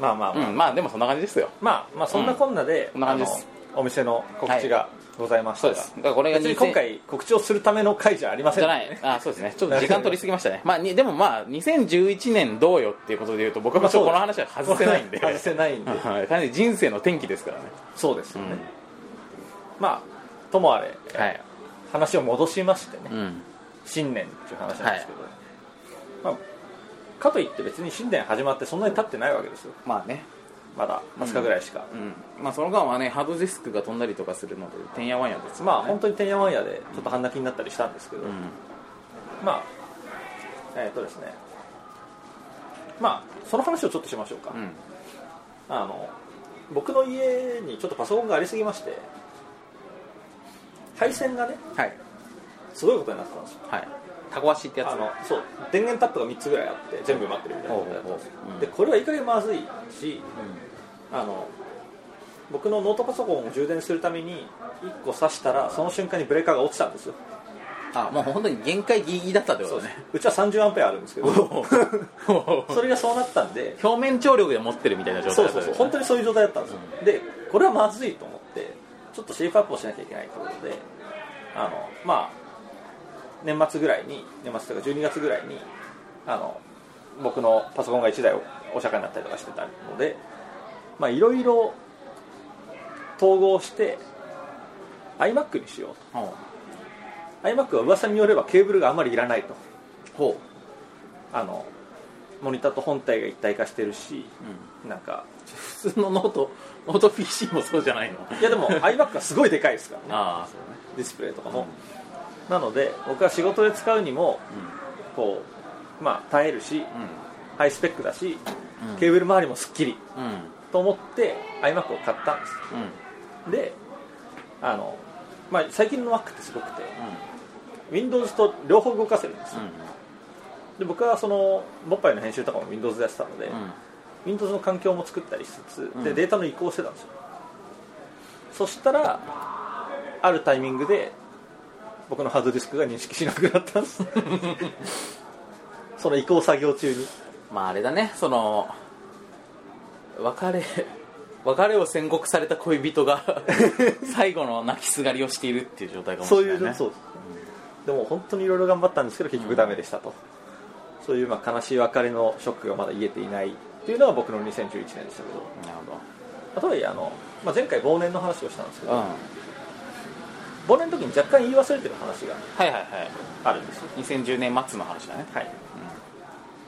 まあまあまあ、
うんまあでもそんな感じですよ
まあまあそんなこんなで、
うんこんな感じです
あのお店の告知がございましたが、
そうですだからこれが
別に今回告知をするための回じゃありません
じゃないあそうですねちょっと時間取りすぎましたね、まあ、にでもまあ2011年どうよっていうことでいうと僕はちょっとこの話は 外せないんで
外せないんで
はいかなり人生の転機ですからね
そうですよね、まあともあれ
はい、
話を戻しましてね、
うん、
新年っていう話なんですけど、まあ、かといって別に新年始まってそんなに経ってないわけですよ
まあね
まだ20日ぐらいしか、
うんまあその間はねハードディスクが飛んだりとかするのでてんやわんやです
まあ本当にてんやわんやでちょっと半泣きになったりしたんですけど、
うん
まあえっ、とですねまあその話をちょっとしましょうか、
うん
あの僕の家にちょっとパソコンがありすぎまして配線がね
はい
すごいことになってたんですよ
はいタコ足ってやつ
あのそう電源タップが3つぐらいあって全部埋まってるみたいな
ほう
こ
ほ
と
う
になっ
ほうん
てたですよ
うん
でこれはいかにまずいしあの僕のノートパソコンを充電するために1個挿したらその瞬間にブレーカーが落ちたんですよ
あもう本当に限界ギリギリだったってことね
うちは30アンペアあるんですけど
表
それがそうなったんで
面張力で持ってるみたいな状
そ
態
う
だった
そうそう
よ
本当にそういう状態だったんですよ、でこれはまずいと思ってちょっとシェイプアップをしなきゃいけないということであのまあ年末ぐらいに年末というか12月ぐらいにあの僕のパソコンが1台おお釈迦になったりとかしてたのでまあいろいろ統合して iMac にしようと
ほ
iMac は噂によればケーブルがあまりいらないと
うほ
あのモニターと本体が一体化してる
う、
し
うん
なんか
普通のノートノート PC もそうじゃないの
いやでも iMac はすごいでかいですからね
ああそうね
ディスプレイとかも、なので僕は仕事で使うにもこうまあ耐えるしハイスペックだ
うん
し、ケーブル周りもすっきり
うんうん
と思って iMac を買ったんです
うん
であの、まあ、最近の Mac ってすごくて Windows と両方動かせるんですよで僕はそのボッパイの編集とかも Windows でやってたので、
うん
Windows の環境も作ったりしつつ
う
で
ん
データの移行をしてたんですよ、そしたらあるタイミングで僕のハードディスクが認識しなくなったんです その移行作業中に
まああれだねその別れ 別れを宣告された恋人 が最後の泣きすがりをしているっていう状態かもしれ
そ
な
う
い、ね、
いう状そうです、でも本当にいろいろ頑張ったんですけど結局ダメでしたと、そういうまあ悲しい別れのショックがまだ癒えていないっていうのが僕の2011年でしたけど
なるほ
あとはいえあの、まあ、前回忘年の話をしたんですけ
ど、
ど、
うん、は
忘年の時に若干言い忘れてる話が
いはいはい
あるんですよ
2010年末の話だね
はい、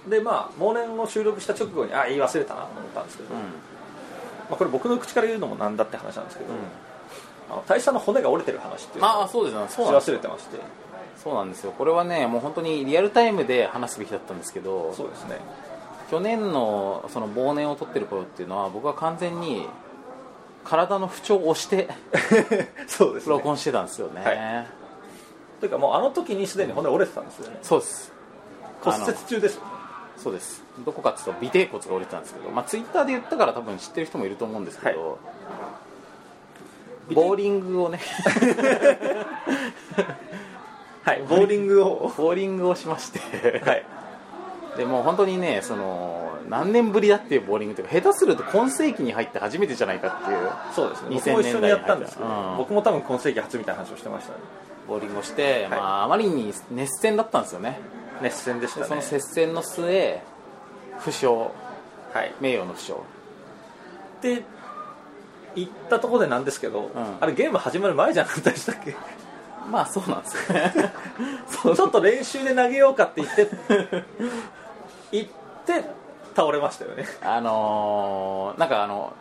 でまあ忘年を収録した直後にあ言い忘れたなと思ったんですけど、
うん
まあ、これ僕の口から言うのもなんだって話なんですけど、あの大佐の骨が折れてる話っていうの
あ
を
あそうですね
し
そうなんです
忘れてまして
そうなんですよこれはねもう本当にリアルタイムで話すべきだったんですけど
そうですね
去年のその忘年を取ってる頃っていうのは僕は完全に体の不調を押して
そうで
録音してたんですよね、
はというかもうあの時にすでに骨折れてたんですよね
そうです
骨折中です
そうですどこかっていうと尾てい骨が折れてたんですけど、まあ、ツイッターで言ったから多分知ってる人もいると思うんですけど、ボーリングをね
はいボーリングを
ボーリングをしまして
はい
でもう本当にねその何年ぶりだっていうボーリングというか下手すると今世紀に入って初めてじゃないかっていう
そうです
2000
ね僕も一緒にやったんですけど、
年代に入ったうん
僕も多分今世紀初みたいな話をしてましたね
ボーリングをして、
い
まあ、あまりに熱戦だったんですよね
熱戦でした
で
ね
その接戦の末負傷
はい
名誉の負傷
で行ったところでなんですけど、
ん
あれゲーム始まる前じゃなかったでしたっけ
まあそうなんですよね
ちょっと練習で投げようかって言って行って倒れましたよね
あのーなんかあの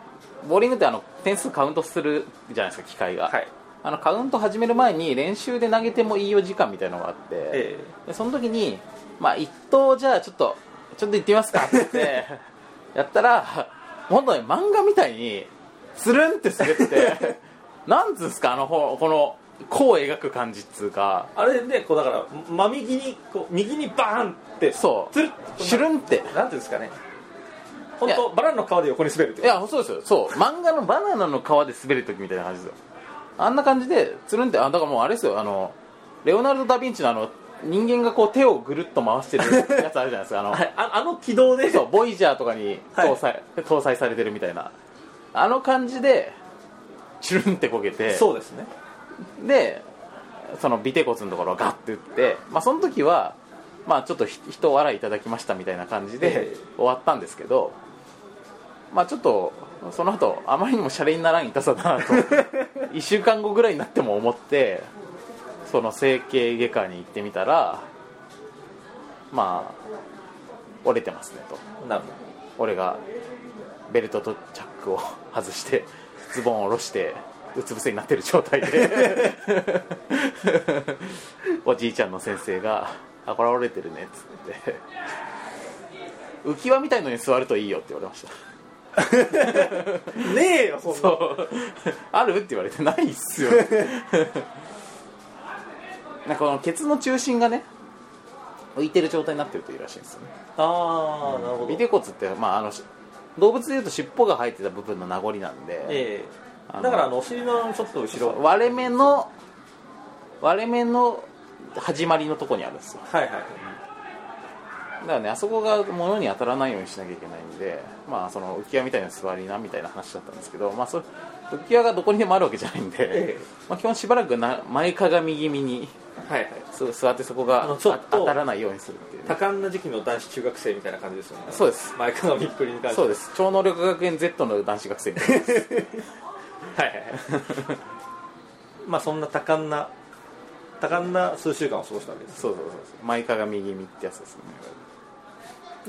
ボーリングってあの点数カウントするじゃないですか機械が、
はい
あのカウント始める前に練習で投げてもいいよ時間みたいなのがあって、
ええ
でその時に、まあ、一投じゃあちょっとちょっと行ってみますかって言って やったら本当に漫画みたいにつるんって滑って なんつうんですかあのほこの弧を描く感じっつうか
あれでこうだから真右にこう右にバーンって
そう
つるっ
シュルンって
なんていうんですかね本
い
当バランの皮で横に滑るって
い
いう
やそうですよそう漫画のバナナの皮で滑る時みたいな感じですよあんな感じでつるんってあだからもうあれですよあのレオナルド・ダ・ヴィンチのあの人間がこう手をぐるっと回してるやつあるじゃないですかあの、
はいああの軌道で
そうボイジャーとかに搭載,、搭載されてるみたいなあの感じでチュルンってこけて
そうですね
でその尾て骨のところをガッて打って、まあ、その時は、まあ、ちょっとひ人笑いいただきましたみたいな感じで
ええ
終わったんですけど、まあ、ちょっとその後あまりにもシャレにならん痛さだな と1週間後ぐらいになっても思ってその整形外科に行ってみたらまあ折れてますねと
なるほ
俺がベルトとチャックを外してズボンを下ろしてうつ伏せになってる状態で おじいちゃんの先生が「あこれ折れてるね」っつって「浮き輪みたいのに座るといいよ」って言われました
ど ねえよそんな
そう「ある?」って言われて「ないっすよ」なんかこのケツの中心がね浮いてる状態になってるといいらしいんですよね
ああなるほ
尾て骨って、まあ、あのし動物でいうと尻尾が生えてた部分の名残なんで、
え
あの
えだからあのお尻のちょっと後
そ
ろ
う割れ目の割れ目の始まりのとこにあるんですよ
はいはい
だからねあそこが物に当たらないようにしなきゃいけないんで、まあ、その浮き輪みたいな座りなみたいな話だったんですけど、まあ、それ浮き輪がどこにでもあるわけじゃないんで、
ええ
まあ、基本しばらくな前かがみ気味に
はいはい
そう座ってそこ
あ
が
の
あ
ちょっと
当たらないようにするっていうね、
多感な時期の男子中学生みたいな感じですよね
そうです
前かがみっくりに感じ
そうです超能力学園 Z の男子学生みたいな
はいはいはいまあそんな多感な多感な数週間を過ごしたわけです
そうそうそうそう前かがみ気味ってやつですね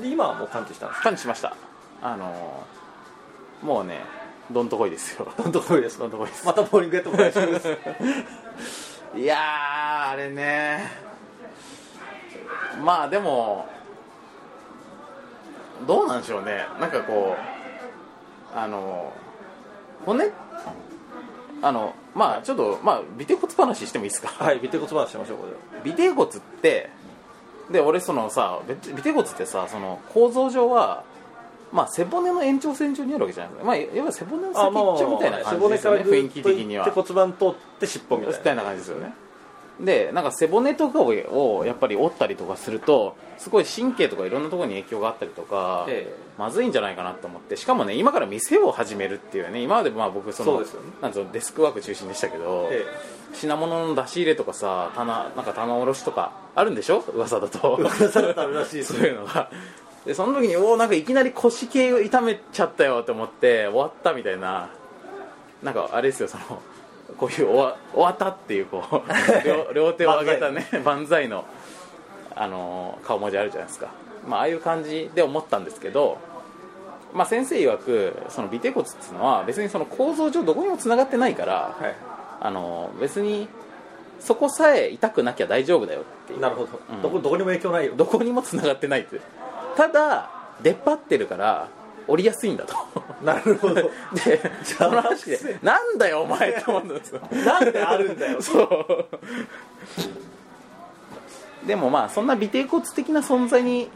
で今はもう完治したんです
感知しましたあのーもうねどんとこいですよ
どんどこいです
どんとこいです
またボーリングやってもらいましょう
いやーあれねまあでもどうなんでしょうねなんかこうあの骨あのまあちょっとまあ尾て骨話してもいいですか、
はい尾て骨話しましょうこれ
尾て骨ってで俺そのさべ尾て骨ってさその構造上はまあ背骨の延長線上にあるわけじゃないですか、まあ、いわゆる背骨の先っちょみたいな感じですよね、
背骨から
雰囲気的には
で骨盤通って尻尾み
み
た
た
い
い
な
な感じですよねでなんか背骨とかををやっぱり折ったりとかするとすごい神経とかいろんなところに影響があったりとか、
ええ
まずいんじゃないかなと思ってしかもね今から店を始めるっていうね今までまあ僕その
そうですよね
なんつうのデスクワーク中心でしたけど、
え
品物の出し入れとかさ棚なんか棚卸しとかあるんでしょ噂だと
えされたらしいです
そういうのがでその時におおなんかいきなり腰系を痛めちゃったよと思って終わったみたいななんかあれですよそのこういう終わ終わったっていうこ う両両手を上げたね万歳のあのー顔文字あるじゃないですか、まあああいう感じで思ったんですけど、まあ、先生曰くその尾て骨っていうのは別にその構造上どこにもつながってないから、
は
あのー別にそこさえ痛くなきゃ大丈夫だよっていう
いなるほど、
うん
どこどこにも影響ないよ
どこにも繋がってないってただ出っ張ってるから折りやすいんだと
なるほ ど
でその話で「なんだよお前」と思ったんですよ
なんであるんだよ
そうでもまあそんな尾てい骨的な存在に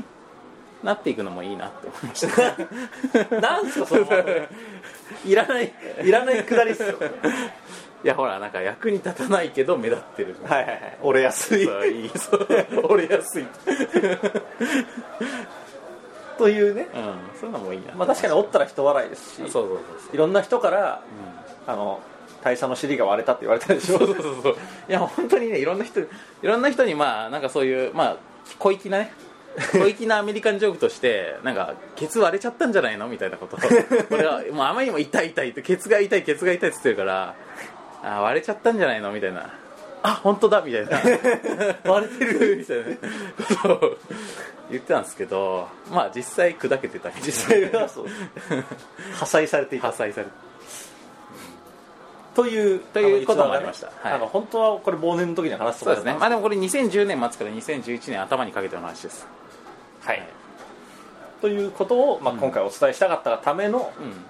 なっていくのもいいなって思いました
なんすかそのまとめ
いらない
いらないくだりっすよ
いやほらなんか役に立たないけど目立ってる
はいは いはい折れやすい
そういいそう折れやすい、
というね、
そういうのもいいな
まあ、確かに折ったら人笑いです
そう
し
そうそう
いろんな人から、あの大佐の尻が割れたって言われ たでしょ
そうそうそうそういや本当にねいろんな人いろんな人にまあなんかそういうまあ小粋なね小粋なアメリカンジョークとしてなんかケツ割れちゃったんじゃないのみたいなことを俺はもうあまりにも痛い痛いってケツが痛いケツが痛いっつってるからあー割れちゃったんじゃないのみたいなあ本当だみたいな 割れてるみたいなねことを言ってたんですけどまあ実際砕けてた実
際は そう破砕されてい
破
た
砕されて
という
という
の
ことも
逸話がね
ありましたはい
あの本当はこれ忘年の時に話すと
そうで
こ
すね
だったん
まあでもこれ2010年末から2011年頭にかけての話です
はい、ということを、まあ、今回お伝えしたかったがための,、
うん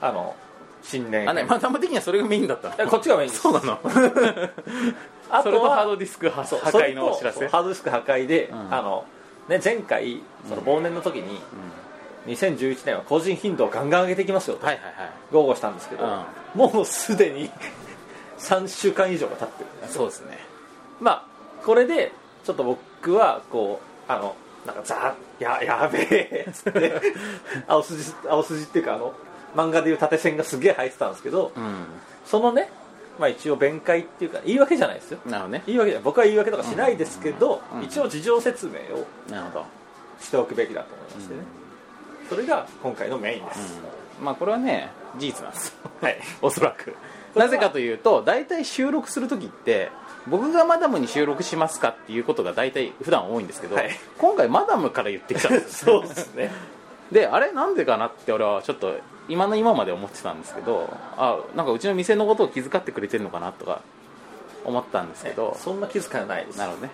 あの新年
あね、まあ、玉的にはそれがメインだったの
いやこっちがメインです
そうなの
あ
そ
と
れと
は
ハードディスク破
そう
破壊のお知ら
そ
せ
れとハードディスク破壊で、
ん
あのね、前回その忘年の時に、2011年は個人頻度をガンガン上げていきますよと
はいはいはい
豪語したんですけど、
うん
もうすでに 3週間以上が経ってる
そうですね
まあこれでちょっと僕はこうあのなんかザーややべえっつって青筋青筋っていうかあの漫画でいう縦線がすげえ入ってたんですけど、
うん
そのね、まあ、一応弁解っていうか言い訳じゃないですよ
なるほどね
言い訳じゃない僕は言い訳とかしないですけど、
うんうん
一応事情説明を
なるほど、
しておくべきだと思いましてね、それが今回のメインです、
まあこれはね事実なんですよ
はい
おそらくなぜかというと大体収録する時って僕がマダムに収録しますかっていうことが大体普段多いんですけど、
はい
今回マダムから言ってきたんですよ
そうですね
であれなんでかなって俺はちょっと今の今まで思ってたんですけどあなんかうちの店のことを気遣ってくれてるのかなとか思ったんですけど
そんな気遣いはないです
なるほどね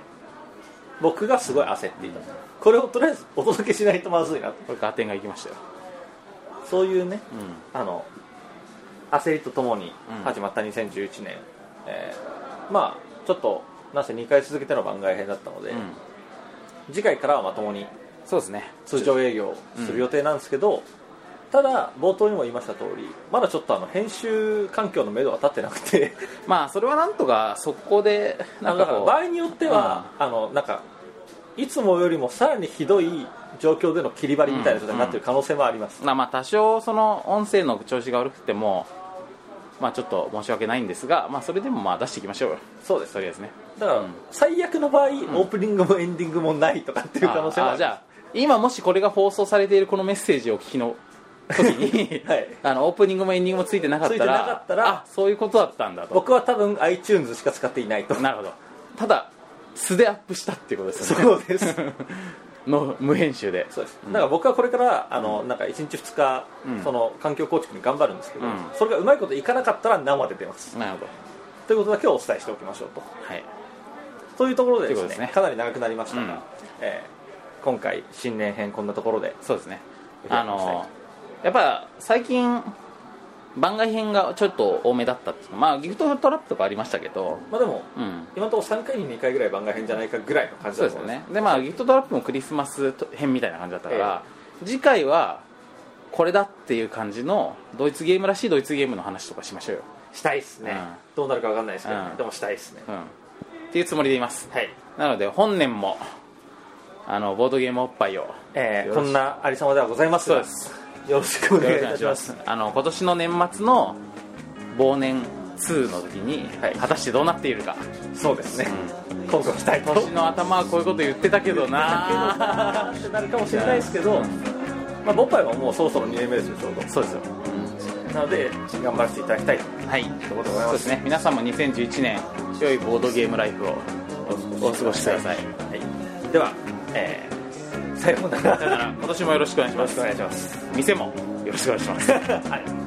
僕がすごい焦っていた、これをとりあえずお届けしないとまずいなと
これガテンが行きましたよ
そういうね
うん
あの焦りとともに
うん
始まった2011年、えーまあちょっとなんせ2回続けての番外編だったので、
うん
次回からはまともに
そうですね
通常営業をする予定なんですけど、ただ冒頭にも言いました通りまだちょっとあの編集環境の目処は立ってなくて
まあそれはなんとか速攻で
あ
な
の
ん
だ
か
から
こ
場合によっては、あのなんかいつもよりもさらにひどい状況での切り張りみたいな状態になってる可能性もあります、
うまあまあ多少その音声の調子が悪くてもまあちょっと申し訳ないんですがまあそれでもまあ出していきましょうよ
そうです
とりあえずね
だから、
うん
最悪の場合、オープニングもエンディングもないとかっていう可能性も
あ
あ
あ
る
じゃあ今もしこれが放送されているこのメッセージをお聞きの時 に、
はい
あのオープニングもエンディングもついてなかったら
ついてなかったら
あそういうことだったんだと
僕は多分 iTunes しか使っていないと
なるほどただ素でアップしたっていうことですよね
そうです
の無編集で
そうです、だから僕はこれからあの、なんか1日2日、
うん
その環境構築に頑張るんですけど、
うん
それがうまいこといかなかったら生で出ます
なるほど
ということだけをお伝えしておきましょうと
はい
というところでです
ということ
ね
ですね
かなり長くなりましたが、
うん
えー今回新年編こんなところで
そうですね
ぜひ
あのやっぱ最近番外編がちょっと多めだったっていうのまあギフトトラップとかありましたけど
まあでも、
うん
今のところ3回に2回ぐらい番外編じゃないかぐらいの感じ
そう
だ
で
と
す
思
よ
います
ねでまあギフトトラップもクリスマス編みたいな感じだったから、次回はこれだっていう感じのドイツゲームらしいドイツゲームの話とかしましょうよ、
したいっすね、
うん
どうなるかわかんないですけど、
うん
でもしたいっすね
うん、っていうつもりでいます
はい、
なので本年もあのボードゲームおっぱいをよ
えー
よろ
こ
し
んなありさまではございます
そ
が
うです
よろしくお
ろ
願
し
い
く
い
お願
た
い
し
しま
ます
す あの今年の年末の忘年2の時に、
はい
果たしてどうなってい るか
そうですね、今後したいと
年の頭はこういうこと言ってたけど な
ってなるかもしれないですけど、まあ、ボッパイはもうそろそろ2年目ですよちょう
そうですよ
どなので頑張らせていただきたいと
はい
思います
そうですね皆さんも2011年良いボードゲームライフをお過ごしください
はい、では、えー、さようなら
だから今年もよろしくお願いし
よろ
ま
し
す
くお願いします。
店もよろしくお願いします
はい